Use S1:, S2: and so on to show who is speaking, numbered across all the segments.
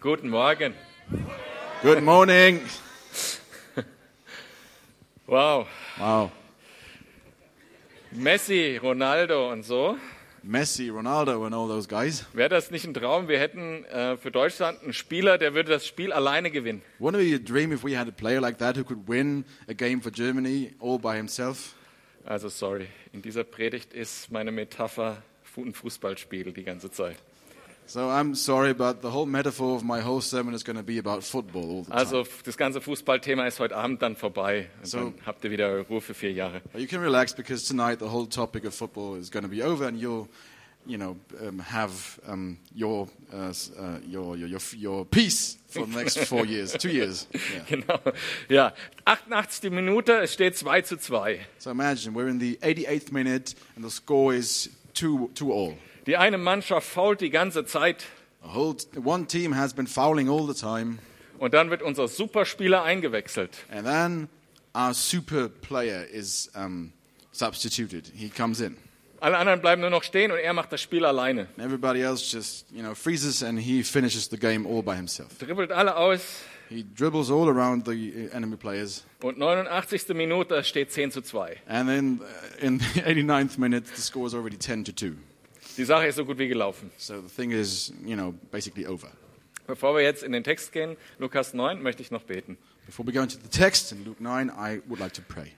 S1: Guten Morgen.
S2: Good morning.
S1: Wow.
S2: Wow.
S1: Messi, Ronaldo und so.
S2: Messi, Ronaldo and all those guys.
S1: Wäre das nicht ein Traum? Wir hätten äh, für Deutschland einen Spieler, der würde das Spiel alleine gewinnen.
S2: Wouldn't it be a dream if we had a player like that who could win a game for Germany all by himself?
S1: Also sorry, in dieser Predigt ist meine Metapher Fu- ein Fußballspiel die ganze Zeit.
S2: So I'm sorry, but the whole metaphor of my whole sermon is going to be about football all the time.
S1: Also f- das ganze Fußballthema ist heute Abend dann vorbei. Und
S2: So.
S1: dann habt ihr wieder Ruhe für vier Jahre.
S2: But you can relax because tonight the whole topic of football is going to be over, and you'll, you know, um, have um, your, uh, s- uh, your your your your peace for the next four years, two years. Yeah.
S1: Genau. Ja, 88. Minute, es steht 2 zu 2.
S2: So imagine we're in the 88th minute, and the score is two two all.
S1: Die eine Mannschaft fault die ganze Zeit.
S2: A whole t- one team has been fouling all the time,
S1: Und dann wird unser Superspieler eingewechselt.
S2: and then our super player is um, substituted. He comes in.
S1: Alle anderen bleiben nur noch stehen und er macht das Spiel alleine.
S2: And everybody else just you know freezes, and he finishes the game all by himself.
S1: Dribbelt alle aus
S2: He dribbles all around the uh, enemy players.
S1: und 89. Minute steht 10 zu 2.
S2: And then uh, in the 89th minute, the score is already 10 to 2.
S1: Die Sache ist so gut wie gelaufen.
S2: So the thing is, you know, basically over.
S1: Bevor wir jetzt in den Text gehen, Lukas 9, möchte ich noch beten.
S2: Before we go into the text in Luke 9, I would like to pray.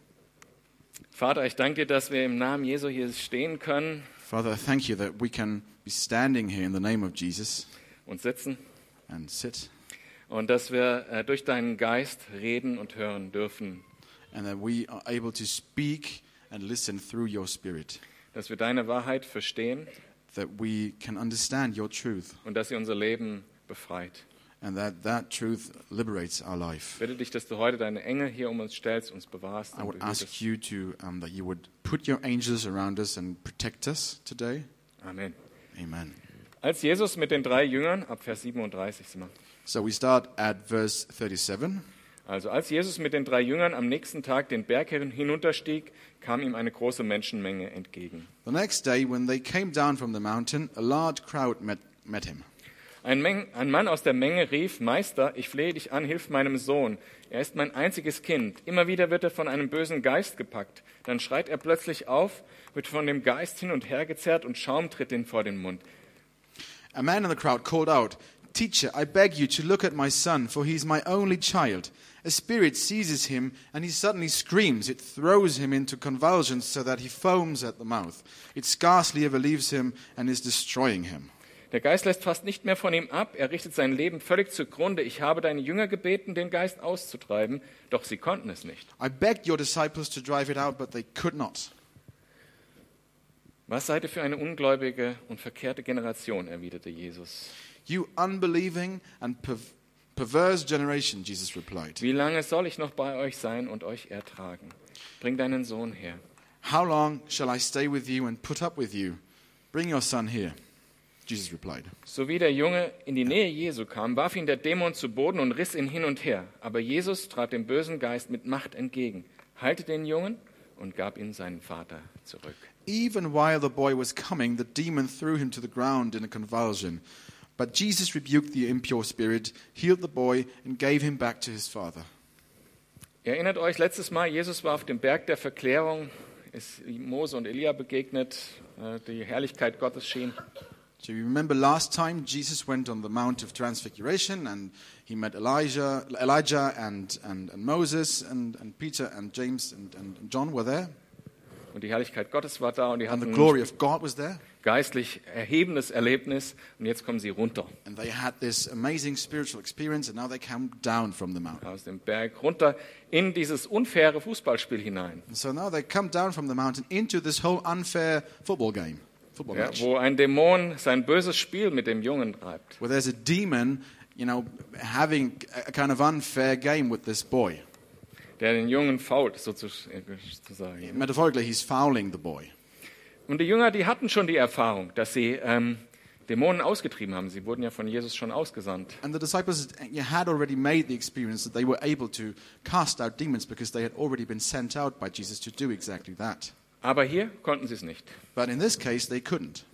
S1: Vater, ich danke dir, dass wir im Namen Jesu hier stehen können
S2: Father, I thank you that we can be standing here in the name of Jesus
S1: und sitzen
S2: and sit,
S1: und dass wir äh, durch deinen Geist reden und hören dürfen.
S2: and that we are able to speak and listen through your Spirit,
S1: Dass wir deine Wahrheit verstehen
S2: that we can understand your truth,
S1: und dass sie unser Leben befreit.
S2: and that that truth liberates our life.
S1: Bitte dich, dass du heute deine Engel hier um uns stellst, uns bewahrst
S2: I
S1: und
S2: would
S1: behütest.
S2: ask you to um, that you would put your angels around us and protect us today.
S1: Amen.
S2: Amen.
S1: Als Jesus mit den drei Jüngern, ab Vers 37 sind wir,
S2: So we start at verse 37.
S1: Also als Jesus mit den drei Jüngern am nächsten Tag den Berg hin- hinunterstieg, kam ihm eine große Menschenmenge entgegen.
S2: The next day, when they came down from the mountain, a large crowd met, met him.
S1: Ein, Meng, ein Mann aus der Menge rief, Meister, ich flehe dich an, hilf meinem Sohn. Er ist mein einziges Kind. Immer wieder wird er von einem bösen Geist gepackt. Dann schreit er plötzlich auf, wird von dem Geist hin und her gezerrt und Schaum tritt ihm vor den Mund.
S2: A man in the crowd called out, Teacher, I beg you to look at my son, for he is my only child. A spirit seizes him, and he suddenly screams. It throws him into convulsions so that he foams at the mouth. It scarcely ever leaves him and is destroying him.
S1: Der Geist lässt fast nicht mehr von ihm ab, er richtet sein Leben völlig zugrunde. Ich habe deine Jünger gebeten, den Geist auszutreiben, doch sie konnten es nicht.
S2: I begged your disciples to drive it out, but they could not.
S1: Was seid ihr für eine ungläubige und verkehrte Generation, erwiderte Jesus.
S2: You unbelieving and perv- perverse generation, Jesus replied.
S1: Wie lange soll ich noch bei euch sein und euch ertragen? Bring deinen Sohn her.
S2: How long shall I stay with you and put up with you? Bring your son here. Jesus replied.
S1: Sowie der Junge in die Nähe Jesu kam, warf ihn der Dämon zu Boden und riss ihn hin und her. Aber Jesus trat dem bösen Geist mit Macht entgegen, heilte den Jungen und gab ihn seinen Vater zurück.
S2: Even while the boy was coming, the demon threw him to the ground in a convulsion. But Jesus rebuked the impure spirit, healed the boy, and gave him back to his father.
S1: Ihr Erinnert euch, letztes Mal, Jesus war auf dem Berg der Verklärung, ist Mose und Elia begegnet, äh, die Herrlichkeit Gottes schien.
S2: So you remember last time Jesus went on the Mount of Transfiguration and he met Elijah, Elijah and, and, and Moses and, and Peter and James and, and John were there.
S1: Und die Herrlichkeit Gottes war da und die
S2: And the
S1: hatten ein
S2: glory of God was there.
S1: geistlich erhebendes Erlebnis und jetzt kommen sie runter.
S2: And they had this amazing spiritual experience, and now they come down from the mountain.
S1: Aus dem Berg runter in dieses unfaire Fußballspiel hinein,
S2: And so now they come down from the mountain into this whole unfair football game, football
S1: ja,
S2: match,
S1: wo ein Dämon sein böses Spiel mit dem Jungen treibt.
S2: where there's a demon, you know, having a a kind of unfair game with this boy.
S1: der den Jungen fault, sozusagen.
S2: Metaphorically, he's fouling the boy.
S1: Und die Jünger, die hatten schon die Erfahrung, dass sie ähm, Dämonen ausgetrieben haben. Sie wurden ja von Jesus schon ausgesandt.
S2: And the disciples eh, had already made the experience that they were able to cast out demons because they had already been sent out by Jesus to do exactly that.
S1: Aber hier konnten sie es nicht.
S2: But in this case, they couldn't.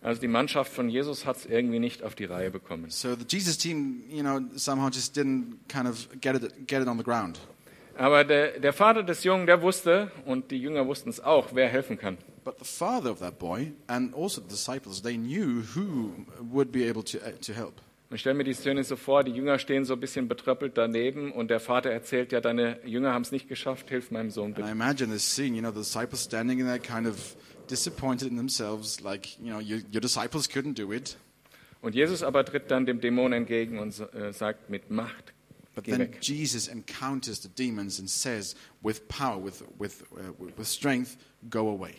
S1: Also die Mannschaft von Jesus hat es irgendwie nicht auf die Reihe bekommen.
S2: So the Jesus team, you know, somehow just didn't kind of get it, get it on the ground.
S1: Aber der, der Vater des Jungen, der wusste, und die Jünger wussten es auch, wer helfen kann.
S2: But the father of that boy and also the disciples, they knew who would be able to, uh, to help.
S1: Und ich stelle mir die Szene so vor, die Jünger stehen so ein bisschen betröppelt daneben und der Vater erzählt ja, deine Jünger haben es nicht geschafft, hilf meinem Sohn
S2: And
S1: bitte.
S2: I imagine this scene, you know, the disciples standing in there kind of disappointed in themselves, like, you know, your, your disciples couldn't do it.
S1: Und Jesus aber tritt dann dem Dämon entgegen und äh, sagt mit Macht,
S2: But
S1: geh
S2: then
S1: weg.
S2: Jesus encounters the demons and says, with power, with, with, uh, with with strength, go away.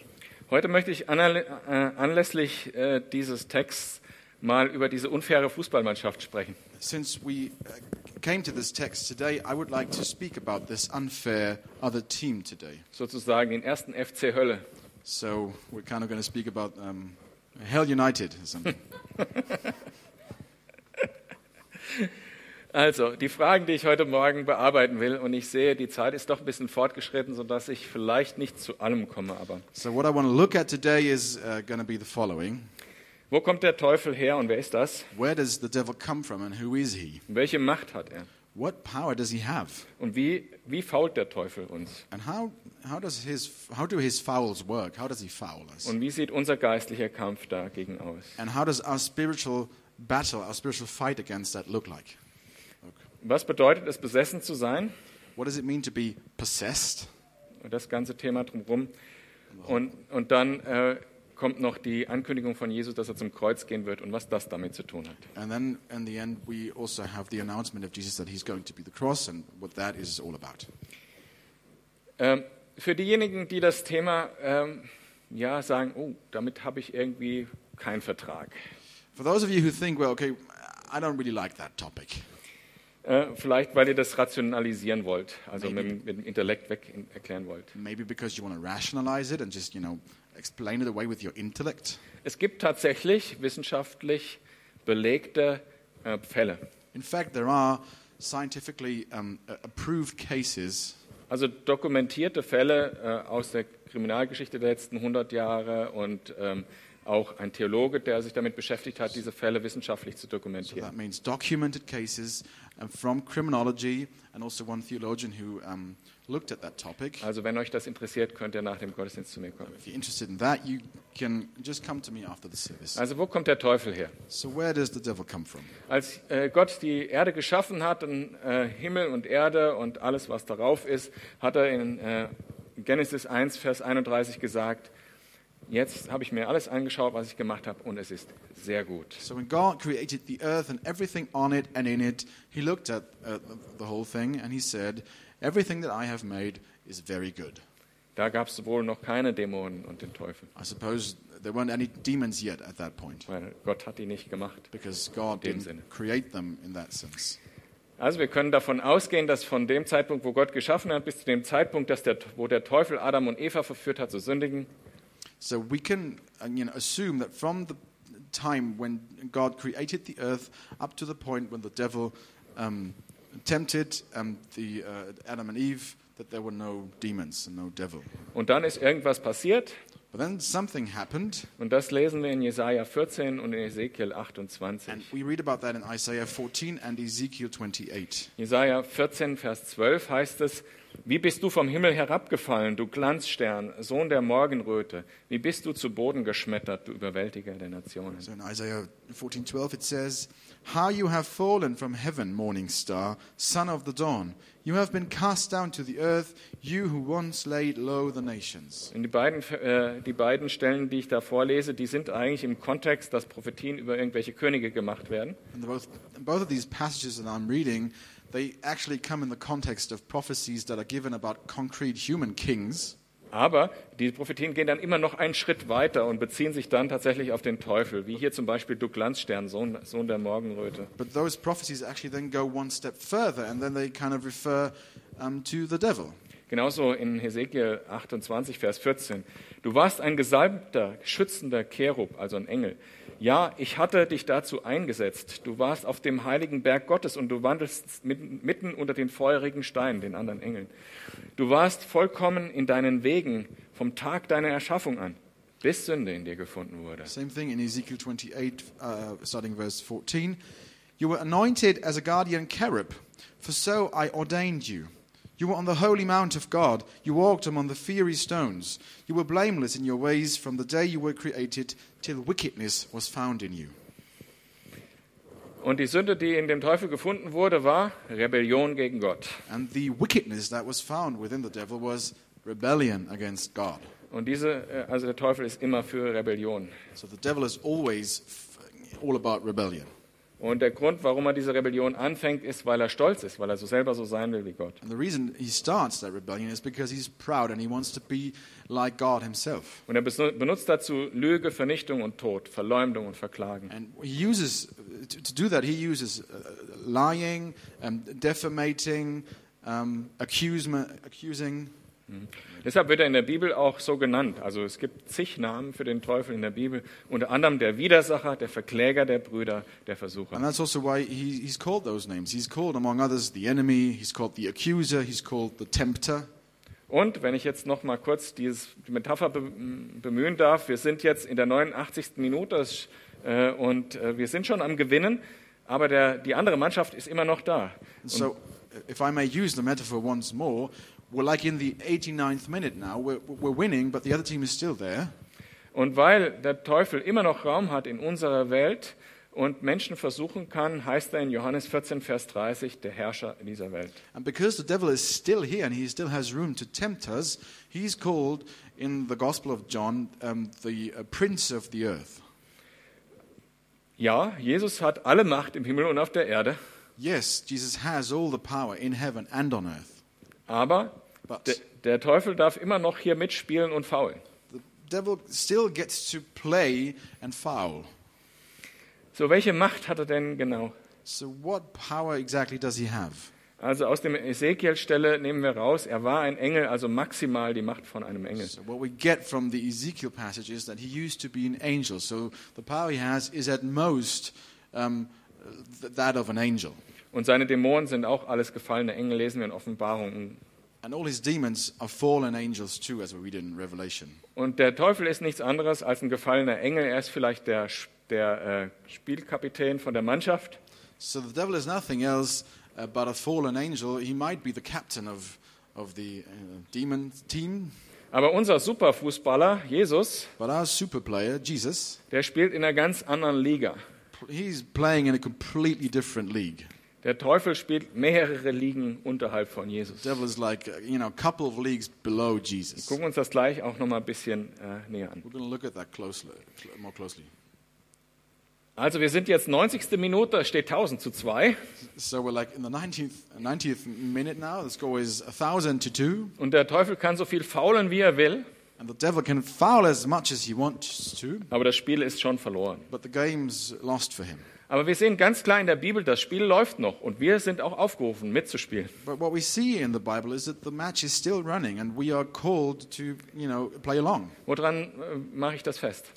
S1: Heute möchte ich anal- äh, anlässlich äh, dieses Texts mal über diese unfaire Fußballmannschaft sprechen.
S2: Since we uh, came to this text today, I would like to speak about this unfair other team today.
S1: Sozusagen den ersten FC Hölle.
S2: So we're kind of going to speak about um, Hell United or something.
S1: Also, die Fragen, die ich heute Morgen bearbeiten will, und ich sehe, die Zeit ist doch ein bisschen fortgeschritten, sodass ich vielleicht nicht zu allem komme, aber
S2: so what I want to look at today is uh, going to be the following:
S1: wo kommt der Teufel her und wer ist das?
S2: Where does the devil come from, and who is he?
S1: Welche Macht hat er?
S2: What power does he have,
S1: Und wie, wie fault der Teufel uns?
S2: and how how does his how do his fouls work? How does he foul us?
S1: Und wie sieht unser geistlicher Kampf dagegen aus?
S2: and how does our spiritual battle, our spiritual fight against that look like?
S1: Was bedeutet es, besessen zu sein?
S2: What does it mean to be possessed?
S1: Und das ganze Thema drumherum. Und, und dann äh, kommt noch die Ankündigung von Jesus, dass er zum Kreuz gehen wird und was das damit zu tun hat.
S2: And then in the end, we also have the announcement of Jesus that he's going to be the cross and what that is all about.
S1: Ähm, für diejenigen, die das Thema ähm, ja sagen, oh, damit habe ich irgendwie keinen Vertrag.
S2: For those of you who think, well, okay, I don't really like that topic,
S1: Äh, vielleicht, weil ihr das rationalisieren wollt, also mit, dem- mit dem Intellekt weg in, erklären wollt.
S2: maybe because you want to rationalize it and just, you know, explain it away with your intellect.
S1: Es gibt tatsächlich wissenschaftlich belegte äh, Fälle.
S2: In fact, there are scientifically um, a- approved cases,
S1: Also dokumentierte Fälle äh, aus der Kriminalgeschichte der letzten 100 Jahre und ähm, auch ein Theologe, der sich damit beschäftigt hat, diese Fälle wissenschaftlich zu
S2: so
S1: dokumentieren.
S2: that means documented cases um, from criminology, and also one theologian who um, looked at that topic.
S1: Also wenn euch das interessiert, könnt ihr nach dem Gottesdienst zu mir kommen.
S2: If you're interested in that, you can just come to me after the service.
S1: Also wo kommt der Teufel her?
S2: So, where does the devil come from?
S1: Als äh, Gott die Erde geschaffen hat, und, äh, Himmel und Erde und alles, was darauf ist, hat er in äh, Genesis 1, Vers 31 gesagt, jetzt habe ich mir alles angeschaut, was ich gemacht habe und es ist sehr gut.
S2: So when God created the earth and everything on it and in it, he looked at uh, the whole thing and he said, Everything that I have made is very good.
S1: Da gab es wohl noch keine Dämonen und den Teufel.
S2: I suppose there weren't any demons yet at that point
S1: Weil Gott hat die nicht gemacht.
S2: because God
S1: Dem
S2: didn't
S1: Sinne.
S2: create them in that sense.
S1: Also wir können davon ausgehen, dass von dem Zeitpunkt, wo Gott geschaffen hat, bis zu dem Zeitpunkt, dass der, wo der Teufel Adam und Eva verführt hat zu sündigen,
S2: So we can uh, you know, assume that from the time when God created the earth up to the point when the devil um, tempted um, the, uh, Adam and Eve, that there were no demons and no devil.
S1: und dann ist irgendwas passiert,
S2: But then something happened.
S1: und das lesen wir in Jesaja 14 und in Ezekiel 28.
S2: And we read about that in Isaiah 14 and Ezekiel 28.
S1: Jesaja 14, Vers 12 heißt es, wie bist du vom Himmel herabgefallen, du Glanzstern, Sohn der Morgenröte? Wie bist du zu Boden geschmettert, du Überwältiger der Nationen?
S2: So in Isaiah 14:12 it says, "How you have fallen from heaven, morning star, son of the dawn. You have been cast down to the earth, you who once laid low the nations."
S1: Und die beiden, äh, die beiden Stellen, die ich da vorlese, die sind eigentlich im Kontext, dass Prophetien über irgendwelche Könige gemacht werden.
S2: And both both of these passages that I'm reading, they actually come in the context of prophecies that are given about concrete human kings.
S1: Aber die Prophetien gehen dann immer noch einen Schritt weiter und beziehen sich dann tatsächlich auf den Teufel, wie hier zum Beispiel du Glanzstern, Sohn, Sohn der Morgenröte.
S2: But those prophecies actually then go one step further, and then they kind of refer um, to the devil.
S1: Genauso in Hesekiel 28, Vers 14. Du warst ein gesalbter, schützender Cherub, also ein Engel. Ja, ich hatte dich dazu eingesetzt. Du warst auf dem heiligen Berg Gottes und du wandelst mitten, mitten unter den feurigen Steinen, den anderen Engeln. Du warst vollkommen in deinen Wegen vom Tag deiner Erschaffung an. bis Sünde in dir gefunden wurde.
S2: Same thing in Ezekiel 28, uh, starting verse 14. You were anointed as a guardian cherub, for so I ordained you. You were on the holy mount of God. You walked among the fiery stones. You were blameless in your ways from the day you were created till wickedness was found in you.
S1: Und die Sünde, die in dem Teufel gefunden wurde, war Rebellion gegen Gott.
S2: And the wickedness that was found within the devil was rebellion against God.
S1: Und diese, äh, also der Teufel ist immer für Rebellion.
S2: So the devil is always f- all about rebellion.
S1: Und der Grund, warum er diese Rebellion anfängt, ist, weil er stolz ist, weil er so selber so sein will wie Gott.
S2: And the reason he starts that rebellion is because he's proud and he wants to be like God himself.
S1: Und er besu- benutzt dazu Lüge, Vernichtung und Tod, Verleumdung und Verklagen.
S2: And he uses, to, to do that, he uses uh, lying, um, defamating, um, accusema- accusing.
S1: Deshalb wird er in der Bibel auch so genannt. Also es gibt zig Namen für den Teufel in der Bibel, unter anderem der Widersacher, der Verkläger der Brüder, der
S2: And
S1: Versucher.
S2: that's also why he, he's called those names. He's called, among others, the enemy, he's called the accuser, he's called the tempter.
S1: Und wenn ich jetzt noch mal kurz dieses, die Metapher be m- bemühen darf, wir sind jetzt in der 89. Minute das, äh, und äh, wir sind schon am Gewinnen, aber der, die andere Mannschaft ist immer noch da.
S2: And so, if I may use the metaphor once more, we're like in the 89th minute now. We're, we're winning, but the other team is still there.
S1: Und weil der Teufel immer noch Raum hat in unserer Welt und Menschen versuchen kann, heißt er in Johannes 14, Vers 30, der Herrscher dieser Welt.
S2: And because the devil is still here and he still has room to tempt us, he's called in the Gospel of John um, the uh, Prince of the Earth.
S1: Ja, Jesus hat alle Macht im Himmel und auf der Erde,
S2: Yes, Jesus has all the power in heaven and on earth,
S1: aber
S2: but
S1: de, der Teufel darf immer noch hier mitspielen und faulen.
S2: the devil still gets to play and foul.
S1: So, welche Macht hat er denn genau?
S2: So, what power exactly does he have?
S1: Also aus dem Ezekiel-Stelle nehmen wir raus, er war ein Engel, also maximal die Macht von einem Engel.
S2: So, what we get from the Ezekiel passage is that he used to be an angel. So, the power he has is at most um, th- that of an angel.
S1: Und seine Dämonen sind auch alles gefallene Engel, lesen wir in Offenbarung.
S2: And all his demons are fallen angels too, as we read in Revelation.
S1: Und der Teufel ist nichts anderes als ein gefallener Engel. Er ist vielleicht der, Sch- der äh, Spielkapitän von der Mannschaft.
S2: So the devil is nothing else uh, but a fallen angel. He might be the captain of, of the uh, demon team,
S1: Aber unser Superfußballer, Jesus,
S2: but our super player, Jesus,
S1: der spielt in einer ganz anderen Liga.
S2: pl- he's playing in a completely different league.
S1: Der Teufel spielt mehrere Ligen unterhalb von Jesus.
S2: The devil is like, uh, you know, a couple of leagues below Jesus.
S1: Gucken wir uns das gleich auch nochmal ein bisschen äh, näher an.
S2: We're going to look at that closely, cl- more closely.
S1: Also wir sind jetzt 90. Minute, es steht 1000 zu 2.
S2: So we're like in the 19th, 90th minute now. The score is 1,000 to 2.
S1: Und der Teufel kann so viel faulen, wie er will,
S2: And the devil can foul as much as he wants to,
S1: aber das Spiel ist schon verloren.
S2: but the game's lost for him.
S1: Aber wir sehen ganz klar in der Bibel, das Spiel läuft noch und wir sind auch aufgerufen, mitzuspielen.
S2: But what we see in the Bible is that the match is still running, and we are called to, you know, play along.
S1: Woran äh, mache ich das fest?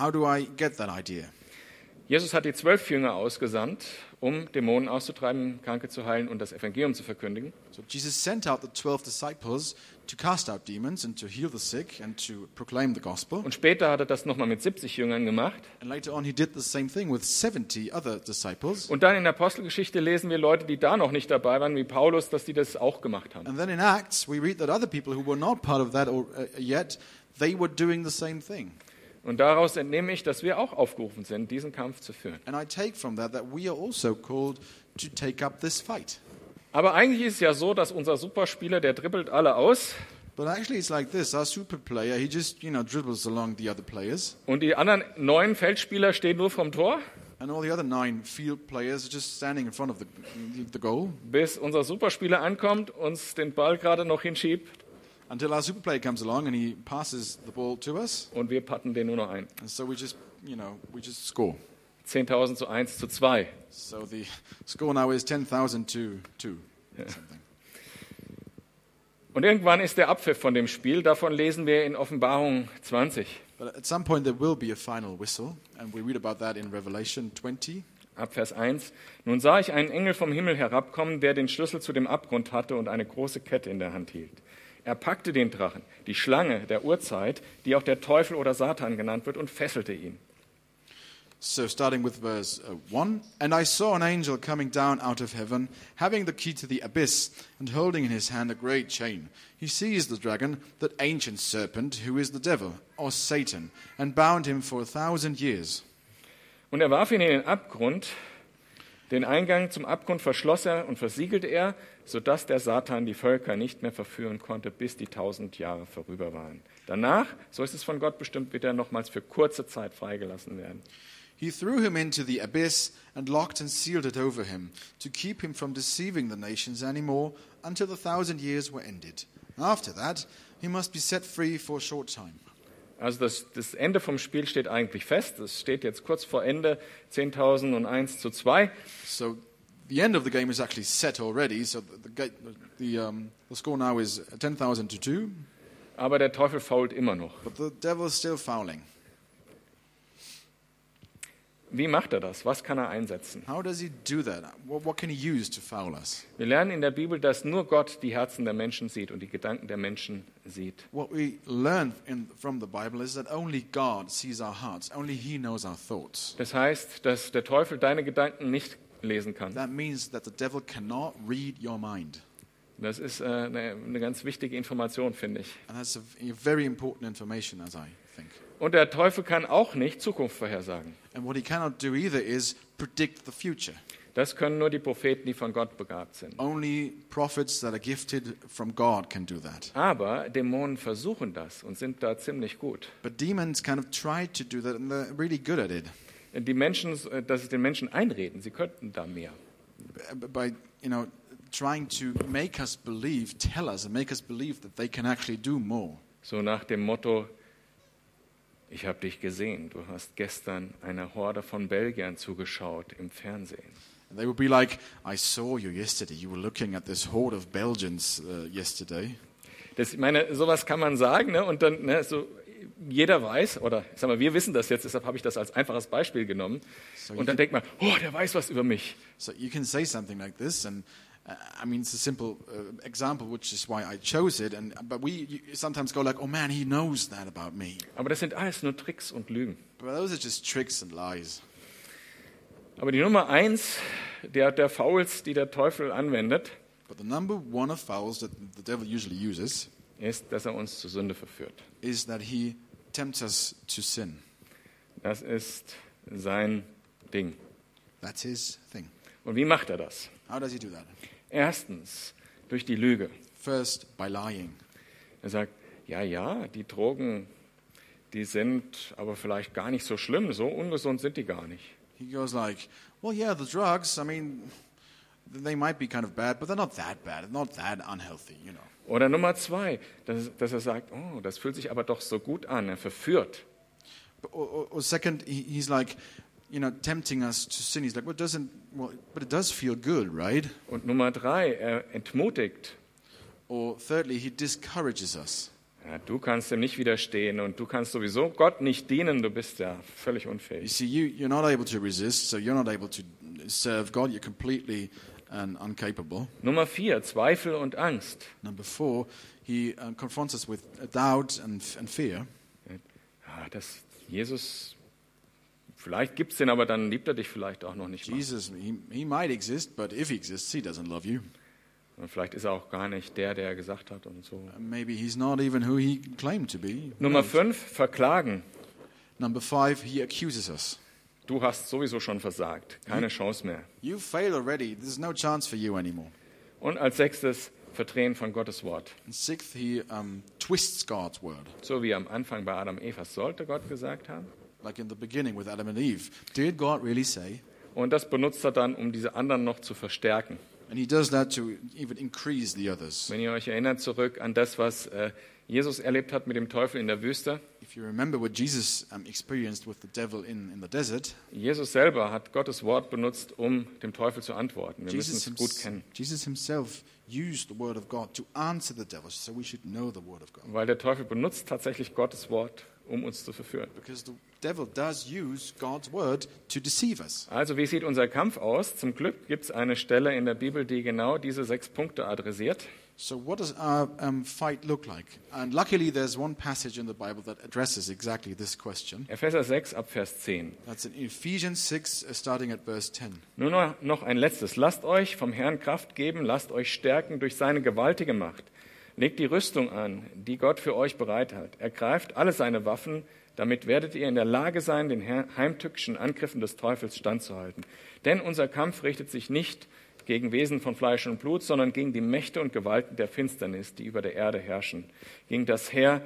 S2: How do I get that idea?
S1: Jesus hat die zwölf Jünger ausgesandt, um Dämonen auszutreiben, Kranke zu heilen und das Evangelium zu verkündigen.
S2: So Jesus sent out the twelve disciples to cast out demons and to heal the sick and to proclaim the gospel.
S1: Und später hat er das nochmal mit 70 Jüngern gemacht.
S2: And later on, he did the same thing with seventy other disciples.
S1: Und dann in der Apostelgeschichte lesen wir Leute, die da noch nicht dabei waren, wie Paulus, dass die das auch gemacht haben.
S2: And then in Acts, we read that other people who were not part of that or, uh, yet, they were doing the same thing.
S1: Und daraus entnehme ich, dass wir auch aufgerufen sind, diesen Kampf zu führen.
S2: And I take from that that we are also called to take up this fight.
S1: Aber eigentlich ist es ja so, dass unser Superspieler, der dribbelt alle aus
S2: But actually, it's like this: our super player, he just you know dribbles along the other players,
S1: und die anderen neun Feldspieler stehen nur vom Tor,
S2: and all the other nine field players are just standing in front of the the goal
S1: bis unser Superspieler ankommt, uns den Ball gerade noch hinschiebt
S2: until our super player comes along and he passes the ball to us,
S1: und wir patten den nur noch ein.
S2: and so we just you know we just score.
S1: 10.000 zu 1 zu 2.
S2: So the score now is ten thousand to two.
S1: Und irgendwann ist der Abpfiff von dem Spiel, davon lesen wir in Offenbarung 20,
S2: But at some point there will be a final whistle, and we read about that in Revelation 20.
S1: ab Vers 1. Nun sah ich einen Engel vom Himmel herabkommen, der den Schlüssel zu dem Abgrund hatte und eine große Kette in der Hand hielt. Er packte den Drachen, die Schlange der Urzeit, die auch der Teufel oder Satan genannt wird, und fesselte ihn.
S2: So, starting with verse uh, 1 And I saw an angel coming down out of heaven, having the key to the abyss, and holding in his hand a great chain. He seized the dragon, that ancient serpent, who is the devil, or Satan, and bound him for a thousand years.
S1: Und er warf ihn in den Abgrund. Den Eingang zum Abgrund verschloss er und versiegelte er, sodass der Satan die Völker nicht mehr verführen konnte, bis die tausend Jahre vorüber waren. Danach, so ist es von Gott bestimmt, wird er nochmals für kurze Zeit freigelassen werden.
S2: He threw him into the abyss and locked and sealed it over him, to keep him from deceiving the nations any more until the thousand years were ended. After that, he must be set free for a short time.
S1: Also das, das Ende vom Spiel steht eigentlich fest. Es steht jetzt kurz vor Ende 10.001 zu 2.
S2: So the end of the game is actually set already. So the, the, ga- the, um, the score now is 10,000 to 2,
S1: Aber der Teufel fault immer noch.
S2: but the devil is still fouling.
S1: Wie macht er das? Was kann er einsetzen?
S2: How does he do that? What, what can he use to foul us?
S1: Wir lernen in der Bibel, dass nur Gott die Herzen der Menschen sieht und die Gedanken der Menschen sieht.
S2: What we learn in, from the Bible is that only God sees our hearts, only He knows our thoughts.
S1: Das heißt, dass der Teufel deine Gedanken nicht lesen kann.
S2: That means that the devil cannot read your mind.
S1: Das ist äh, eine, eine ganz wichtige Information, finde ich.
S2: And that's a v- very important information, as I think.
S1: Und der Teufel kann auch nicht Zukunft vorhersagen.
S2: And what he cannot do either is predict the future.
S1: Das können nur die Propheten, die von Gott begabt sind.
S2: Only prophets that are gifted from God can do that.
S1: Aber Dämonen versuchen das und sind da ziemlich gut.
S2: But demons kind of try to do that, and they're really good at it.
S1: Die Menschen, äh, dass es den Menschen einreden, sie könnten da mehr.
S2: B- By, you know, trying to make us believe, tell us, and make us believe that they can actually do more.
S1: So nach dem Motto, ich habe dich gesehen, du hast gestern einer Horde von Belgiern zugeschaut im Fernsehen.
S2: And they would be like, I saw you yesterday. You were looking at this horde of Belgians uh, yesterday.
S1: Das, ich meine, sowas kann man sagen, ne? und dann, ne, so, jeder weiß, oder ich sag mal, wir wissen das jetzt, deshalb habe ich das als einfaches Beispiel genommen. und dann denkt man, oh, der weiß was über mich.
S2: So you can say something like this, and uh, I mean it's a simple uh, example, which is why I chose it. And but we you sometimes go like, "Oh man, he knows that about me."
S1: Aber das sind alles nur Tricks und Lügen.
S2: But those are just tricks and lies.
S1: Aber die Nummer eins der, der Fouls, die der Teufel anwendet,
S2: But the number one of fouls that the devil usually uses
S1: ist, dass er uns zur Sünde verführt.
S2: is that he tempts us to sin.
S1: Das ist sein Ding.
S2: That's his thing.
S1: Und wie macht er das?
S2: How does he do that?
S1: Erstens, durch die Lüge.
S2: First, by lying.
S1: Er sagt, ja, ja, die Drogen, die sind aber vielleicht gar nicht so schlimm, so ungesund sind die gar nicht.
S2: He goes like, "Well, yeah, the drugs. I mean, they might be kind of bad, but they're not that bad. Not that unhealthy, you know."
S1: Oder Nummer zwei, dass, dass er sagt, oh, das fühlt sich aber doch so gut an, er verführt.
S2: Or, or, or second, he, he's like, you know, tempting us to sin. He's like, well, it doesn't, well, but it does feel good, right?
S1: Und Nummer drei, er entmutigt.
S2: Or thirdly, he discourages us.
S1: Ja, du kannst dem nicht widerstehen und du kannst sowieso Gott nicht dienen, du bist ja völlig
S2: You
S1: unfähig.
S2: see, you, you're not able to resist, so you're not able to serve God. You're completely um, and uncapable.
S1: Nummer vier, Zweifel und Angst.
S2: Number four, he uh, confronts us with doubt and, and fear.
S1: Ja, das Jesus, vielleicht gibt's den, aber dann liebt er dich vielleicht auch noch nicht. Mal.
S2: Jesus, he, he might exist, but if he exists, he doesn't love you.
S1: Und vielleicht ist er auch gar nicht der, der er gesagt hat und so.
S2: And maybe he's not even who he claimed to be.
S1: Nummer fünf, verklagen.
S2: Number five, he accuses us.
S1: Du hast sowieso schon versagt. Keine Chance mehr.
S2: You failed already. There's no chance for you anymore.
S1: Und als sechstes, Verdrehen von Gottes Wort.
S2: And sixth, he um, twists God's word,
S1: So wie am Anfang bei Adam und Eva es sollte Gott gesagt haben.
S2: like in the beginning with Adam and Eve. Did God really say?
S1: Und das benutzt er dann, um diese anderen noch zu verstärken.
S2: And he does that to even increase the others.
S1: Wenn ihr euch erinnert zurück an das, was äh, Jesus erlebt hat mit dem Teufel in der Wüste.
S2: If you remember what Jesus um, experienced with the devil in, in the desert,
S1: Jesus selber hat Gottes Wort benutzt, um dem Teufel zu antworten. Wir
S2: Jesus,
S1: müssen es
S2: hims-
S1: gut kennen.
S2: Jesus himself used the word of God to answer the devil, so we should know the word of God.
S1: Weil der Teufel benutzt tatsächlich Gottes Wort, um uns zu verführen.
S2: Because the devil does use God's word to deceive us.
S1: Also, wie sieht unser Kampf aus? Zum Glück gibt es eine Stelle in der Bibel, die genau diese sechs Punkte adressiert.
S2: So, what does our um, fight look like? And luckily, there's one passage in the Bible that addresses exactly this question.
S1: Epheser 6 ab Vers 10.
S2: That's in Ephesians 6, uh, starting at verse 10.
S1: Nur noch- noch ein letztes. Lasst euch vom Herrn Kraft geben, lasst euch stärken durch seine gewaltige Macht. Legt die Rüstung an, die Gott für euch bereit hat. Ergreift alle seine Waffen, damit werdet ihr in der Lage sein, den her- heimtückischen Angriffen des Teufels standzuhalten. Denn unser Kampf richtet sich nicht gegen Wesen von Fleisch und Blut, sondern gegen die Mächte und Gewalten der Finsternis, die über der Erde herrschen, gegen das Heer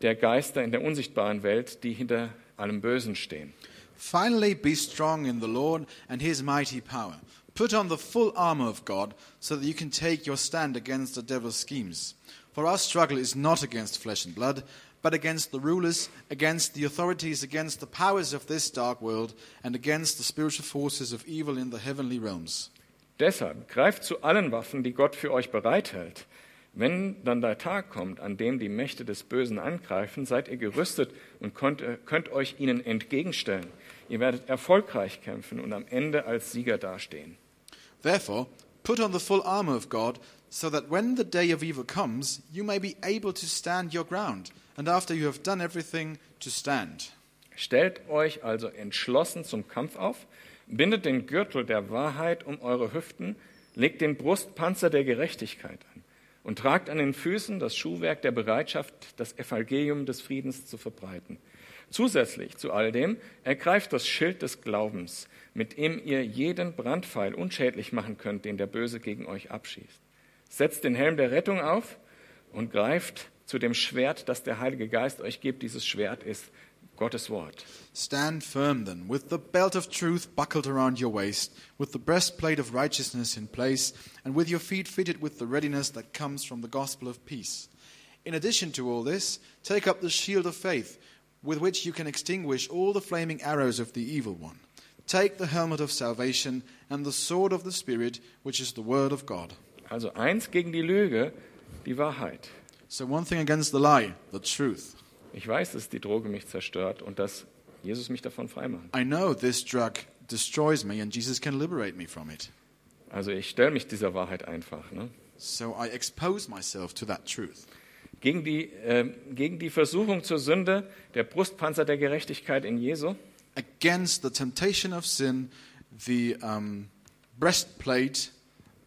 S1: der Geister in der unsichtbaren Welt, die hinter allem Bösen stehen.
S2: Finally, be strong in the Lord and his mighty power. Put on the full armor of God so that you can take your stand against the devil's schemes. For our struggle is not against flesh and blood, but against the rulers, against the authorities, against the powers of this dark world, and against the spiritual forces of evil in the heavenly realms.
S1: Deshalb greift zu allen Waffen, die Gott für euch bereithält. Wenn dann der Tag kommt, an dem die Mächte des Bösen angreifen, seid ihr gerüstet und könnt, könnt euch ihnen entgegenstellen. Ihr werdet erfolgreich kämpfen und am Ende als Sieger dastehen.
S2: Therefore, put on the full armor of God, so that when the day of evil comes, you may be able to stand your ground, and after you have done everything, to stand.
S1: Stellt euch also entschlossen zum Kampf auf, bindet den Gürtel der Wahrheit um eure Hüften, legt den Brustpanzer der Gerechtigkeit an und tragt an den Füßen das Schuhwerk der Bereitschaft, das Evangelium des Friedens zu verbreiten. Zusätzlich zu all dem ergreift das Schild des Glaubens, mit dem ihr jeden Brandpfeil unschädlich machen könnt, den der Böse gegen euch abschießt. Setzt den Helm der Rettung auf und greift zu dem Schwert, das der Heilige Geist euch gibt. Dieses Schwert ist Gottes Wort.
S2: Stand firm then, with the belt of truth buckled around your waist, with the breastplate of righteousness in place, and with your feet fitted with the readiness that comes from the gospel of peace. In addition to all this, take up the shield of faith, with which you can extinguish all the flaming arrows of the evil one. Take the helmet of salvation and the sword of the Spirit, which is the word of God.
S1: Also eins gegen die Lüge, die Wahrheit.
S2: So, one thing against the lie, the truth.
S1: Ich weiß, dass die Droge mich zerstört und dass Jesus mich davon freimacht.
S2: I know this drug destroys me, and Jesus can liberate me from it.
S1: Also ich stelle mich dieser Wahrheit einfach. Ne?
S2: So I expose myself to that truth.
S1: Gegen, die, ähm, gegen die Versuchung zur Sünde, der Brustpanzer der Gerechtigkeit in Jesu.
S2: Against the temptation of sin, the um, breastplate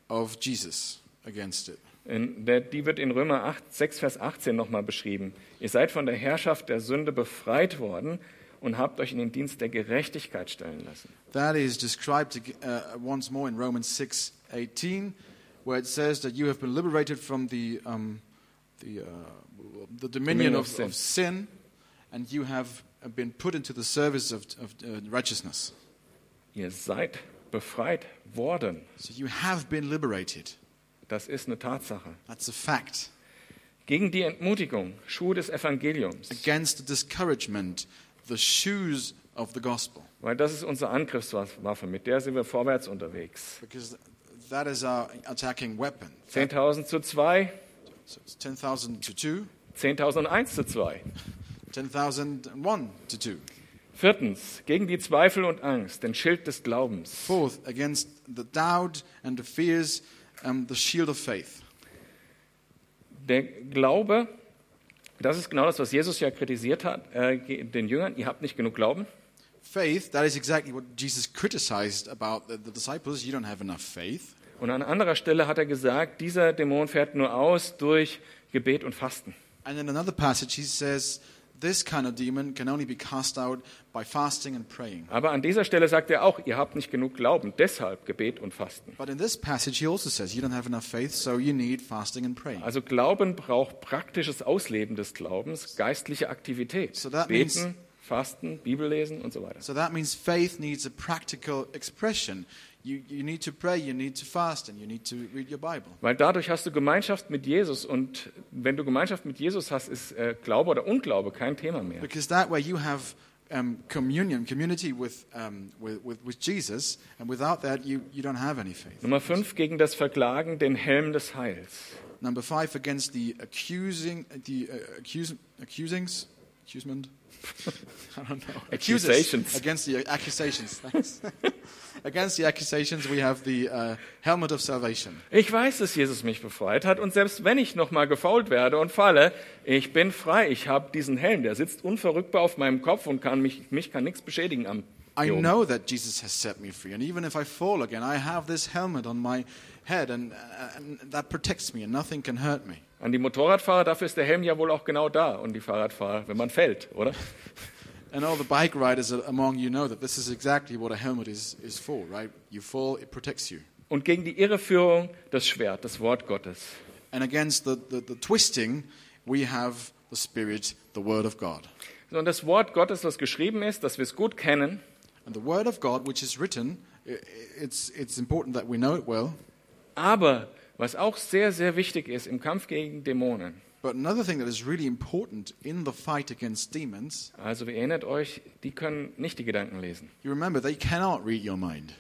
S2: of Jesus against it.
S1: In der, die wird in Römer 8, 6, Vers 18 nochmal beschrieben. Ihr seid von der Herrschaft der Sünde befreit worden und habt euch in den Dienst der Gerechtigkeit stellen lassen.
S2: That is described ag- uh, once more in Romans 6 18, where it says that you have been liberated from the, um, the, uh, the dominion
S1: Dominion
S2: of,
S1: of sin.
S2: of sin, and you have been put into the service of, of uh, righteousness.
S1: Ihr seid befreit worden.
S2: So you have been liberated.
S1: Das ist eine Tatsache.
S2: That's a fact.
S1: Gegen die Entmutigung, Schuhe des Evangeliums.
S2: against the discouragement, the shoes of the gospel,
S1: Weil das ist unsere Angriffswaffe, mit der sind wir vorwärts unterwegs.
S2: because that is our attacking weapon.
S1: 10.000 zu 2,
S2: So it's 10,000 to 2,
S1: 10.001 zu 2.
S2: 10,001 to 2.
S1: Viertens, gegen die Zweifel und Angst, den Schild des Glaubens.
S2: Fourth, against the doubt and the fears, um, the shield of faith.
S1: Der Glaube, das ist genau das, was Jesus ja kritisiert hat, äh, den Jüngern, ihr habt nicht genug Glauben.
S2: Faith, that is exactly what Jesus criticized about the, the disciples. You don't have enough faith.
S1: Und an anderer Stelle hat er gesagt, dieser Dämon fährt nur aus durch Gebet und Fasten.
S2: And in another passage, he says, This kind of demon can only be cast out by fasting and praying.
S1: Aber an dieser Stelle sagt er auch, ihr habt nicht genug Glauben, deshalb Gebet und Fasten.
S2: But in this passage, he also says, You don't have enough faith, so you need fasting and praying.
S1: Also Glauben braucht praktisches Ausleben des Glaubens, geistliche Aktivität,
S2: So that means-
S1: beten, fasten, Bibellesen und so weiter.
S2: So that means faith needs a practical expression. You, you need to pray, you need to fast, and you need to read your Bible.
S1: Weil dadurch hast du Gemeinschaft mit Jesus und wenn du Gemeinschaft mit Jesus hast, ist äh, Glaube oder Unglaube kein Thema mehr.
S2: Because that way you have um, communion, community with, um, with, with, with Jesus, and without that you, you don't have any faith.
S1: Nummer fünf gegen das Verklagen den Helm des Heils.
S2: Number five, against the accusing, the uh, accus, accusings, accusement? I don't know. Accuses.
S1: Accusations.
S2: Against the accusations. Thanks. Against the accusations, we have the uh, helmet of salvation.
S1: Ich weiß, dass Jesus mich befreit hat und selbst wenn ich nochmal gefault werde und falle, ich bin frei. Ich habe diesen Helm, der sitzt unverrückbar auf meinem Kopf und kann mich, mich kann nichts beschädigen am.
S2: I
S1: Jo.
S2: know that Jesus has set me free, and even if I fall again, I have this helmet on my head, and, uh, and that protects me, and nothing can hurt me.
S1: An die Motorradfahrer, dafür ist der Helm ja wohl auch genau da und die Fahrradfahrer, wenn man fällt, oder?
S2: And all the bike riders among you know that this is exactly what a helmet is, is for, right? You fall, it protects you.
S1: Und gegen die Irreführung das Schwert, das Wort Gottes.
S2: And against the, the, the twisting, we have the Spirit, the Word of God.
S1: Und das Wort Gottes, was geschrieben ist, dass wir es gut kennen,
S2: And the Word of God, which is written, i- i- it's, it's important that we know it well.
S1: aber was auch sehr, sehr wichtig ist im Kampf gegen Dämonen.
S2: But another thing that is really important in the fight against demons,
S1: Also ihr erinnert euch, die können nicht die Gedanken lesen,
S2: you remember they cannot read your mind.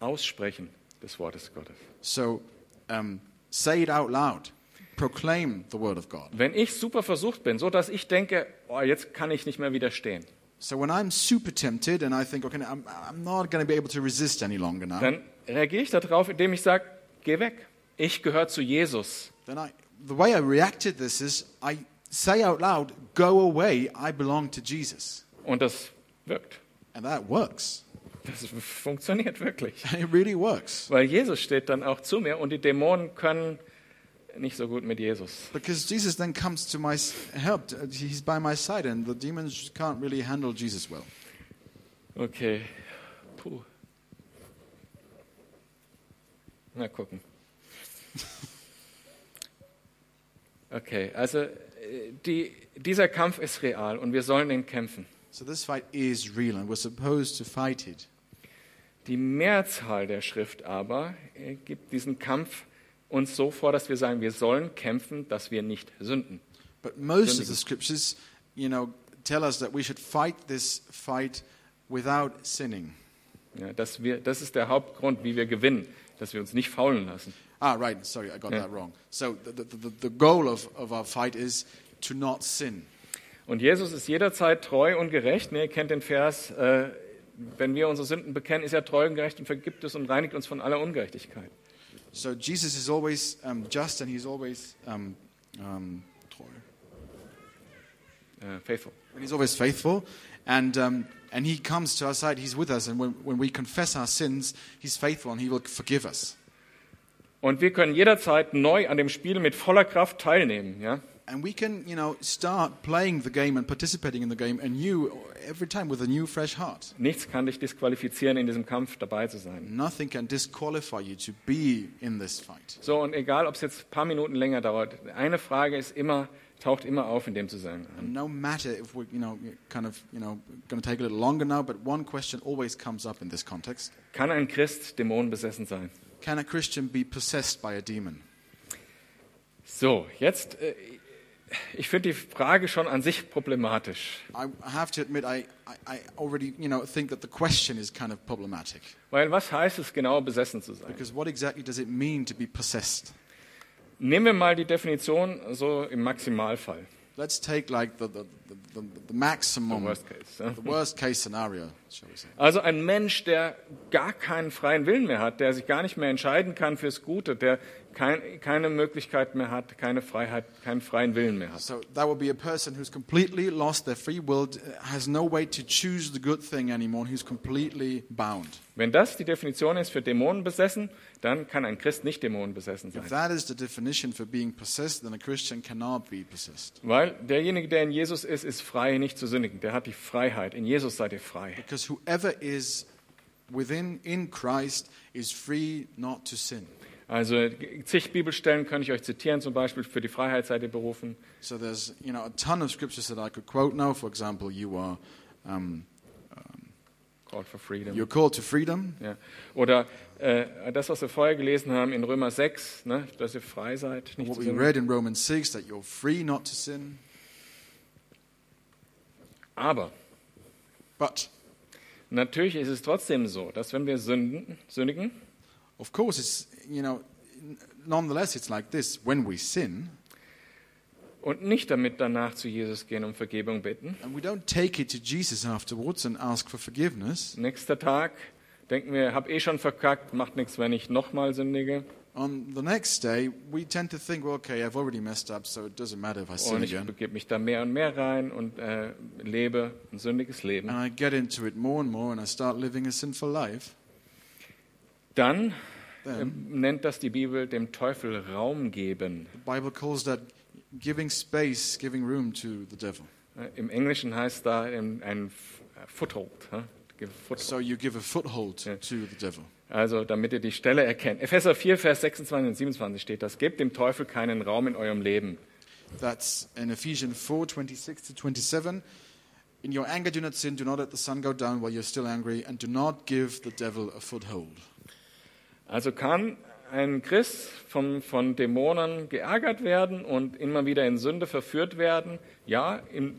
S1: aussprechen des Wortes Gottes.
S2: So um, say it out loud, proclaim the Word of God.
S1: Wenn ich super versucht bin, so dass ich denke, oh, jetzt kann ich nicht mehr widerstehen,
S2: So when I'm super tempted and I think, okay, I'm, I'm not going to be able to resist any longer now,
S1: dann reagiere ich darauf, indem ich sage, geh weg. Ich gehöre zu Jesus.
S2: then I, the way I reacted this is I say out loud, go away, I belong to Jesus.
S1: Und das wirkt.
S2: And that works.
S1: Das funktioniert wirklich.
S2: It really works.
S1: Weil Jesus steht dann auch zu mir und die Dämonen können nicht so gut mit Jesus.
S2: Because Jesus then comes to my s- help. He's by my side, and the demons can't really handle Jesus well.
S1: Okay. Puh. Mal gucken. Okay, also äh, die, dieser Kampf ist real und wir sollen ihn kämpfen.
S2: So this fight is real, and we're supposed to fight it.
S1: Die Mehrzahl der Schrift aber äh, gibt diesen Kampf uns so vor, dass wir sagen, wir sollen kämpfen, dass wir nicht sünden.
S2: But most of the scriptures, you know, tell us that we should fight this fight without sinning.
S1: Ja, dass wir, das ist der Hauptgrund, wie wir gewinnen, dass wir uns nicht faulen lassen.
S2: Ah, right. Sorry, I got
S1: Yeah.
S2: that wrong. So the, the, the, the goal of, of our fight is to not sin.
S1: Und Jesus ist jederzeit treu und gerecht. Ne, ihr kennt den Vers, äh, wenn wir unsere Sünden bekennen, ist er treu und gerecht und vergibt es und reinigt uns von aller Ungerechtigkeit.
S2: So Jesus is always um, just, and he's always um, um, treu.
S1: Äh, faithful.
S2: And he's always faithful, and, um, and he comes to our side, he's with us, and when, when we confess our sins, he's faithful and he will forgive us.
S1: Und wir können jederzeit neu an dem Spiel mit voller Kraft teilnehmen. Ja?
S2: And we can, you know, start playing the game and participating in the game anew every time with a new, fresh heart.
S1: Nichts kann dich disqualifizieren, in diesem Kampf dabei zu sein.
S2: Nothing can disqualify you to be in this fight.
S1: So, und egal, ob es jetzt ein paar Minuten länger dauert, eine Frage ist immer, taucht immer auf in dem Zusammenhang.
S2: And no matter if we're, you know, kind of, you know, going to take a little longer now, but one question always comes up in this context.
S1: Kann ein Christ dämonenbesessen sein?
S2: Can a Christian be possessed by a demon?
S1: So, jetzt, äh, ich finde die Frage schon an sich problematisch.
S2: I I have to admit, I, I, I already, you know, think that the question is kind of problematic.
S1: Weil was heißt es genau, besessen zu sein?
S2: Because what exactly does it mean to be possessed?
S1: Nehmen wir mal die Definition so im Maximalfall.
S2: Let's take like the, the, the, the, the maximum,
S1: The worst case, ja.
S2: the worst case scenario, shall we say.
S1: Also ein Mensch, der gar keinen freien Willen mehr hat, der sich gar nicht mehr entscheiden kann fürs Gute, der kein, keine Möglichkeit mehr hat, keine Freiheit, keinen freien Willen mehr hat.
S2: So that would be a person who's completely lost their free will, d- has no way to choose the good thing anymore, who's completely bound.
S1: Wenn das die Definition ist für Dämonen besessen, dann kann ein Christ nicht Dämonen besessen
S2: If
S1: sein.
S2: that is the definition for being possessed, then a Christian cannot be possessed.
S1: Weil derjenige, der in Jesus ist, ist frei, nicht zu sündigen. Der hat die Freiheit. In Jesus seid ihr frei.
S2: Because whoever is within in Christ is free not to sin.
S1: Also zig Bibelstellen kann ich euch zitieren, zum Beispiel für die Freiheit seid ihr berufen.
S2: So there's you know a ton of scriptures that I could quote now. For example, you are um,
S1: Called for freedom.
S2: you're called to freedom.
S1: Ja. Oder äh, das, was wir vorher gelesen haben in Römer 6, ne, dass ihr frei seid. Nicht
S2: What
S1: zu
S2: we
S1: sündigen.
S2: read in Romans six that you're free not to sin.
S1: Aber
S2: But
S1: natürlich ist es trotzdem so, dass wenn wir sünden, sündigen,
S2: of course, it's you know n- nonetheless it's like this when we sin
S1: und nicht damit danach zu Jesus gehen und Vergebung bitten,
S2: and we don't take it to Jesus afterwards and ask for forgiveness.
S1: nächster Tag Denken wir, hab eh schon verkackt, macht nichts, wenn ich nochmal sündige.
S2: On the next day, we tend to think, well, okay, I've already messed up, so it doesn't matter if I sin
S1: Und ich
S2: again.
S1: begebe mich da mehr und mehr rein und äh, lebe ein sündiges
S2: And
S1: Leben.
S2: I get into it more and more, and I start living a sinful life.
S1: Dann äh, nennt das die Bibel dem Teufel Raum geben.
S2: The Bible calls that giving space, giving room to the devil.
S1: Äh, Im Englischen heißt da ein, ein F- äh, Foothold. hä? Give foothold.
S2: So you give a foothold to the devil.
S1: Also, damit ihr die Stelle erkennt. Epheser 4, Vers 26 und 27 steht das. Gebt dem Teufel keinen Raum in eurem Leben.
S2: That's in Ephesians 4 26 to 27. In your anger, do not sin, do not let the sun go down while you're still angry, and do not give the devil a foothold.
S1: Also kann ein Christ vom, von Dämonen geärgert werden und immer wieder in Sünde verführt werden? Ja, im,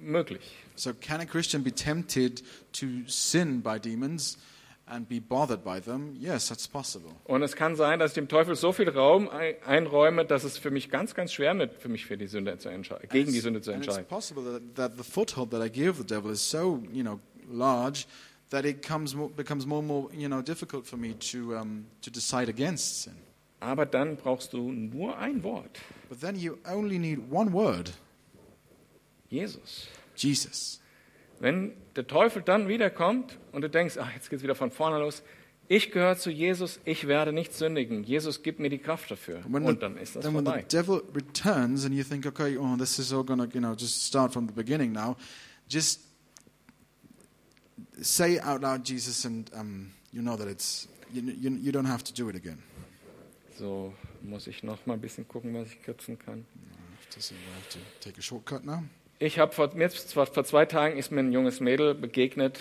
S1: möglich.
S2: So, can a Christian be tempted to sin by demons and be bothered by them? Yes, that's possible.
S1: Und es kann sein, dass ich dem Teufel so viel Raum ei- einräume, dass es für mich ganz, ganz schwer wird, für mich für die Sünde zu entscheiden, gegen die Sünde zu
S2: And
S1: entscheiden.
S2: it's possible that, that the foothold that I give the devil is so, you know, large that it comes, mo- becomes more and more, you know, difficult for me to, um, to decide against sin.
S1: Aber dann brauchst du nur ein Wort.
S2: But then you only need one word,
S1: Jesus.
S2: Jesus.
S1: Wenn der Teufel dann wiederkommt und du denkst, ach, jetzt geht's wieder von vorne los. Ich gehöre zu Jesus, ich werde nicht sündigen. Jesus gibt mir die Kraft dafür.
S2: When
S1: und
S2: the,
S1: dann ist das
S2: then when the
S1: vorbei.
S2: devil returns and you think, okay, oh, this is all gonna, you know, just start from the beginning now. Just say it out loud, Jesus, and um, you know that it's you, you, you don't have to do it again.
S1: So muss ich noch mal ein bisschen gucken, was ich kürzen kann.
S2: I have to, say, I have to take a shortcut now.
S1: Ich habe vor, mir ist zwar vor zwei Tagen ist mir ein junges Mädel begegnet,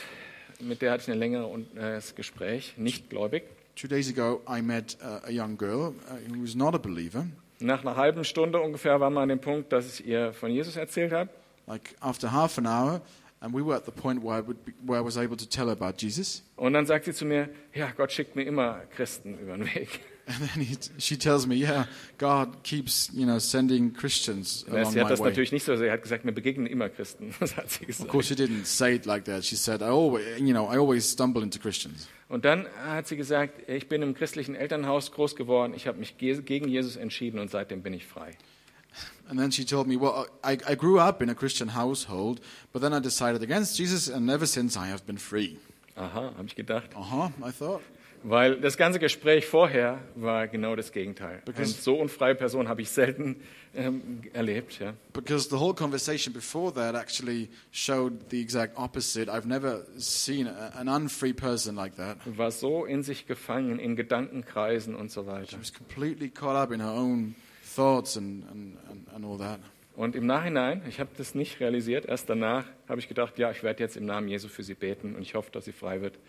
S1: mit der hatte ich ein längeres äh, Gespräch, nicht gläubig.
S2: Two days ago, I met uh, a young girl uh, who was not a believer.
S1: Nach einer halben Stunde ungefähr waren wir an dem Punkt, dass ich ihr von Jesus erzählt habe.
S2: Like after half an hour, and we were at the point where I, would be, where I was able to tell her about Jesus.
S1: Und dann sagt sie zu mir, ja, Gott schickt mir immer Christen über den Weg.
S2: And then he, she tells me, "Yeah, God keeps, you know, sending Christians along
S1: sie
S2: my
S1: hat das
S2: way."
S1: natürlich nicht so, sie hat gesagt, mir begegnen immer Christen. Das hat sie
S2: Of
S1: gesagt.
S2: course, she didn't say it like that. She said, "I always, you know, I always stumble into Christians."
S1: Und dann hat sie gesagt, ich bin im christlichen Elternhaus groß geworden, ich habe mich ge- gegen Jesus entschieden und seitdem bin ich frei.
S2: And then she told me, "Well, I, I grew up in a Christian household, but then I decided against Jesus, and ever since I have been free."
S1: Aha, habe ich gedacht.
S2: Uh huh. I thought
S1: Weil das ganze Gespräch vorher war genau das Gegenteil. Eine so unfreie Person habe ich selten ähm, erlebt. Ja.
S2: because the whole conversation before that actually showed the exact opposite. I've never seen a, an unfree person like that.
S1: War so in sich gefangen, in Gedankenkreisen und so
S2: She
S1: weiter.
S2: was completely caught up in her own thoughts and, and, and, and all that.
S1: Und im Nachhinein, ich habe das nicht realisiert, erst danach habe ich gedacht, ja, ich werde jetzt im Namen Jesu für sie beten und ich hoffe, dass sie frei wird.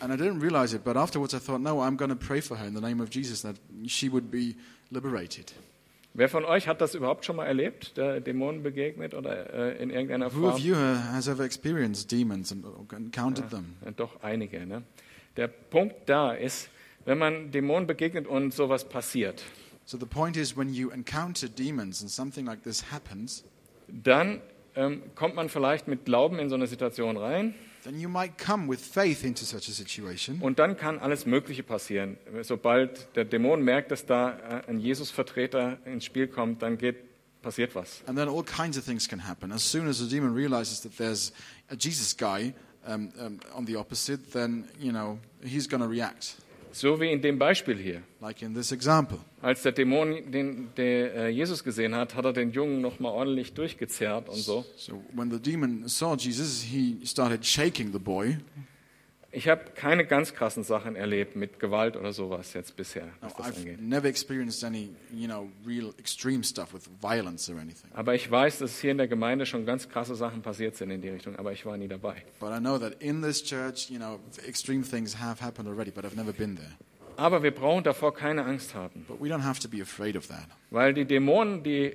S2: And I didn't realize it, but afterwards I thought, no, I'm going to pray for her in the name of Jesus that she would be liberated.
S1: Wer von euch hat das überhaupt schon mal erlebt, der Dämonen begegnet oder äh, in irgendeiner
S2: Who of
S1: Form?
S2: you uh, has ever experienced demons and uh, encountered them?
S1: Ja, Doch einige. Ne? Der Punkt da ist, wenn man Dämonen begegnet und sowas passiert,
S2: So the point is, when you encounter demons and something like this happens,
S1: dann ähm, kommt man vielleicht mit Glauben in so eine Situation rein
S2: then you might come with faith into such a situation.
S1: und dann kann alles Mögliche passieren. Sobald der Dämon merkt, dass da äh, ein Jesus-Vertreter ins Spiel kommt, dann geht, passiert was.
S2: And then all kinds of things can happen. As soon as the demon realizes that there's a Jesus guy um, um, on the opposite, then, you know, he's going to react,
S1: So wie in dem Beispiel hier.
S2: like in this example.
S1: Als der Dämon den, der, äh, Jesus gesehen hat, hat er den Jungen nochmal ordentlich durchgezerrt und so.
S2: So when the demon saw Jesus, he started shaking the boy.
S1: Ich habe keine ganz krassen Sachen erlebt mit Gewalt oder sowas jetzt bisher,
S2: Now,
S1: was das
S2: I've
S1: angeht.
S2: never experienced any, you know, real extreme stuff with violence or anything.
S1: Aber ich weiß, dass hier in der Gemeinde schon ganz krasse Sachen passiert sind in die Richtung, aber ich war nie dabei.
S2: But I know that in this church, you know, extreme things have happened already, but I've never been there.
S1: Aber wir brauchen davor keine Angst haben.
S2: But we don't have to be afraid of that.
S1: Weil die Dämonen, die,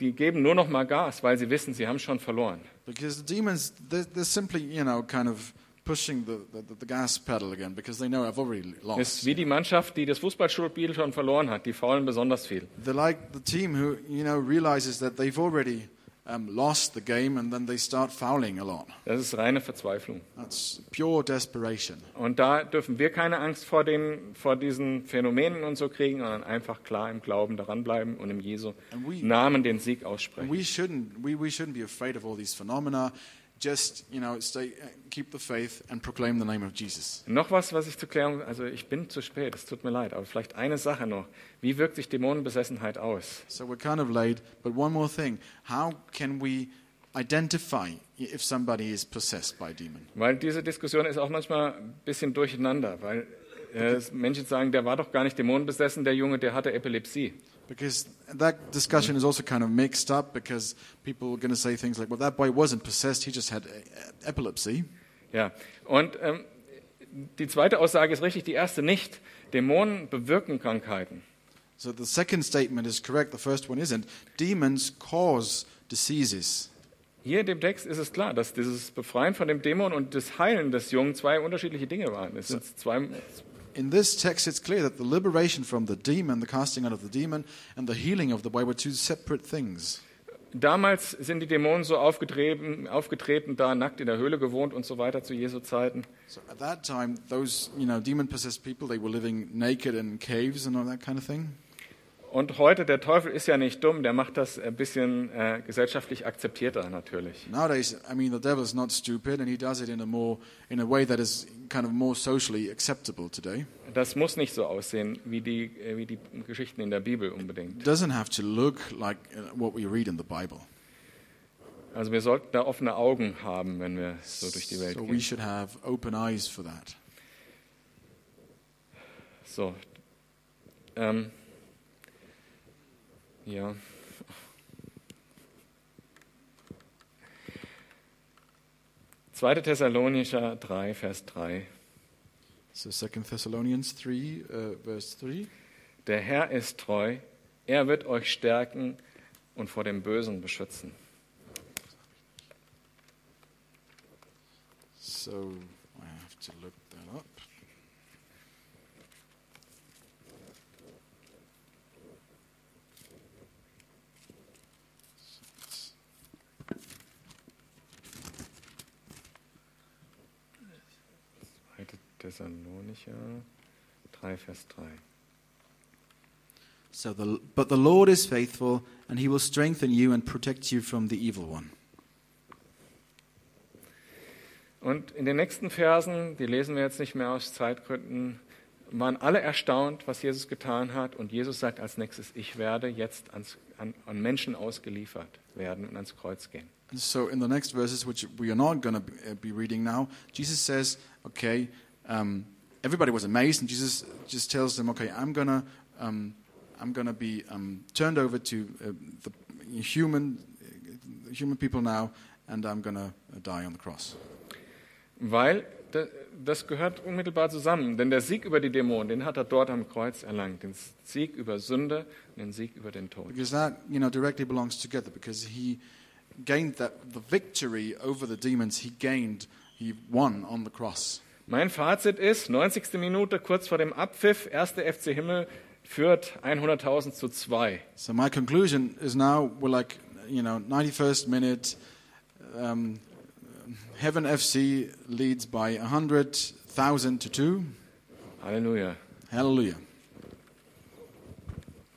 S1: die geben nur noch mal Gas, weil sie wissen, sie haben schon verloren.
S2: Because the demons, they're, they're simply, you know, kind of pushing the, the, the gas pedal again because they know I've already
S1: Ist
S2: lost.
S1: wie die Mannschaft, die das Fußballspiel schon verloren hat. Die faulen besonders viel.
S2: They're like the team who, you know, realizes that they've already um, lost the game and then they start fouling a lot.
S1: Das ist reine Verzweiflung.
S2: That's pure desperation.
S1: Und da dürfen wir keine Angst vor, den, vor diesen Phänomenen und so kriegen, sondern einfach klar im Glauben daranbleiben und im Jesu
S2: And we-
S1: Namen den Sieg
S2: And
S1: aussprechen.
S2: we shouldn't we, we shouldn't be afraid of all these phenomena. Just you know, stay, keep the faith and proclaim the name of Jesus.
S1: Noch was, was ich zu klären, also ich bin zu spät, es tut mir leid, aber vielleicht eine Sache noch. Wie wirkt sich Dämonenbesessenheit aus?
S2: So we're kind of late, but one more thing: how can we identify if somebody is possessed by a demon?
S1: Weil diese Diskussion ist auch manchmal ein bisschen durcheinander, weil äh, Menschen sagen, der war doch gar nicht dämonenbesessen, der Junge, der hatte Epilepsie.
S2: Because that discussion is also kind of mixed up because people are going to say things like, "Well, that boy wasn't possessed; he just had uh, epilepsy."
S1: Ja, und ähm, die zweite Aussage ist richtig, die erste nicht. Dämonen bewirken Krankheiten.
S2: So the second statement is correct; the first one isn't. Demons cause diseases.
S1: Hier in dem Text ist es klar, dass dieses Befreien von dem Dämon und das Heilen des Jungen zwei unterschiedliche Dinge waren. Es sind zwei,
S2: In this text, it's clear that the liberation from the demon, the casting out of the demon, and the healing of the boy were two separate things.
S1: damals sind die Dämonen so aufgetreten, aufgetreten, da nackt in der Höhle gewohnt und so weiter zu Jesu Zeiten.
S2: So at that time, those you know demon-possessed people, they were living naked in caves and all that kind of thing.
S1: Und heute, der Teufel ist ja nicht dumm, der macht das ein bisschen äh, gesellschaftlich akzeptierter natürlich.
S2: Nowadays, I mean, the devil's not stupid, and he does it in a more in a way that is kind of more socially acceptable today.
S1: Das muss nicht so aussehen wie die, äh, wie die Geschichten in der Bibel unbedingt.
S2: It doesn't have to look like uh, what we read in the Bible.
S1: Also wir sollten da offene Augen haben, wenn wir so durch die Welt
S2: so we
S1: gehen.
S2: should have open eyes for that.
S1: So. Ähm. Ja. Zweite Thessalonicher 3, Vers 3.
S2: So Second Thessalonians three, uh, verse three.
S1: Der Herr ist treu, er wird euch stärken und vor dem Bösen beschützen.
S2: So I have to look that up.
S1: Zweite Thessalonicher 3, Vers 3.
S2: So the, but the Lord is faithful, and he will strengthen you and protect you from the evil one.
S1: Und in den nächsten Versen, die lesen wir jetzt nicht mehr aus Zeitgründen, waren alle erstaunt, was Jesus getan hat. Und Jesus sagt als nächstes, ich werde jetzt ans, an, an Menschen ausgeliefert werden und ans Kreuz gehen.
S2: And so in the next verses, which we are not going to be, uh, be reading now, Jesus says, okay, um, everybody was amazed, and Jesus just tells them, okay, I'm going to um, I'm going to be um, turned over to uh, the human uh, human people now, and I'm going to die on the cross.
S1: Weil da- das gehört unmittelbar zusammen. Denn der Sieg über die Dämonen, den hat er dort am Kreuz erlangt. Den Sieg über Sünde und den Sieg über den Tod.
S2: Because that, you know, directly belongs together. Because he gained that the victory over the demons. He gained, he won on the cross.
S1: Mein Fazit ist, 90. Minute, kurz vor dem Abpfiff, 1. FC Himmel führt 100.000 zu 2.
S2: So my conclusion is now we're like, you know, 91st minute. Um, Heaven FC leads by 100,000 to two.
S1: Halleluja.
S2: Hallelujah.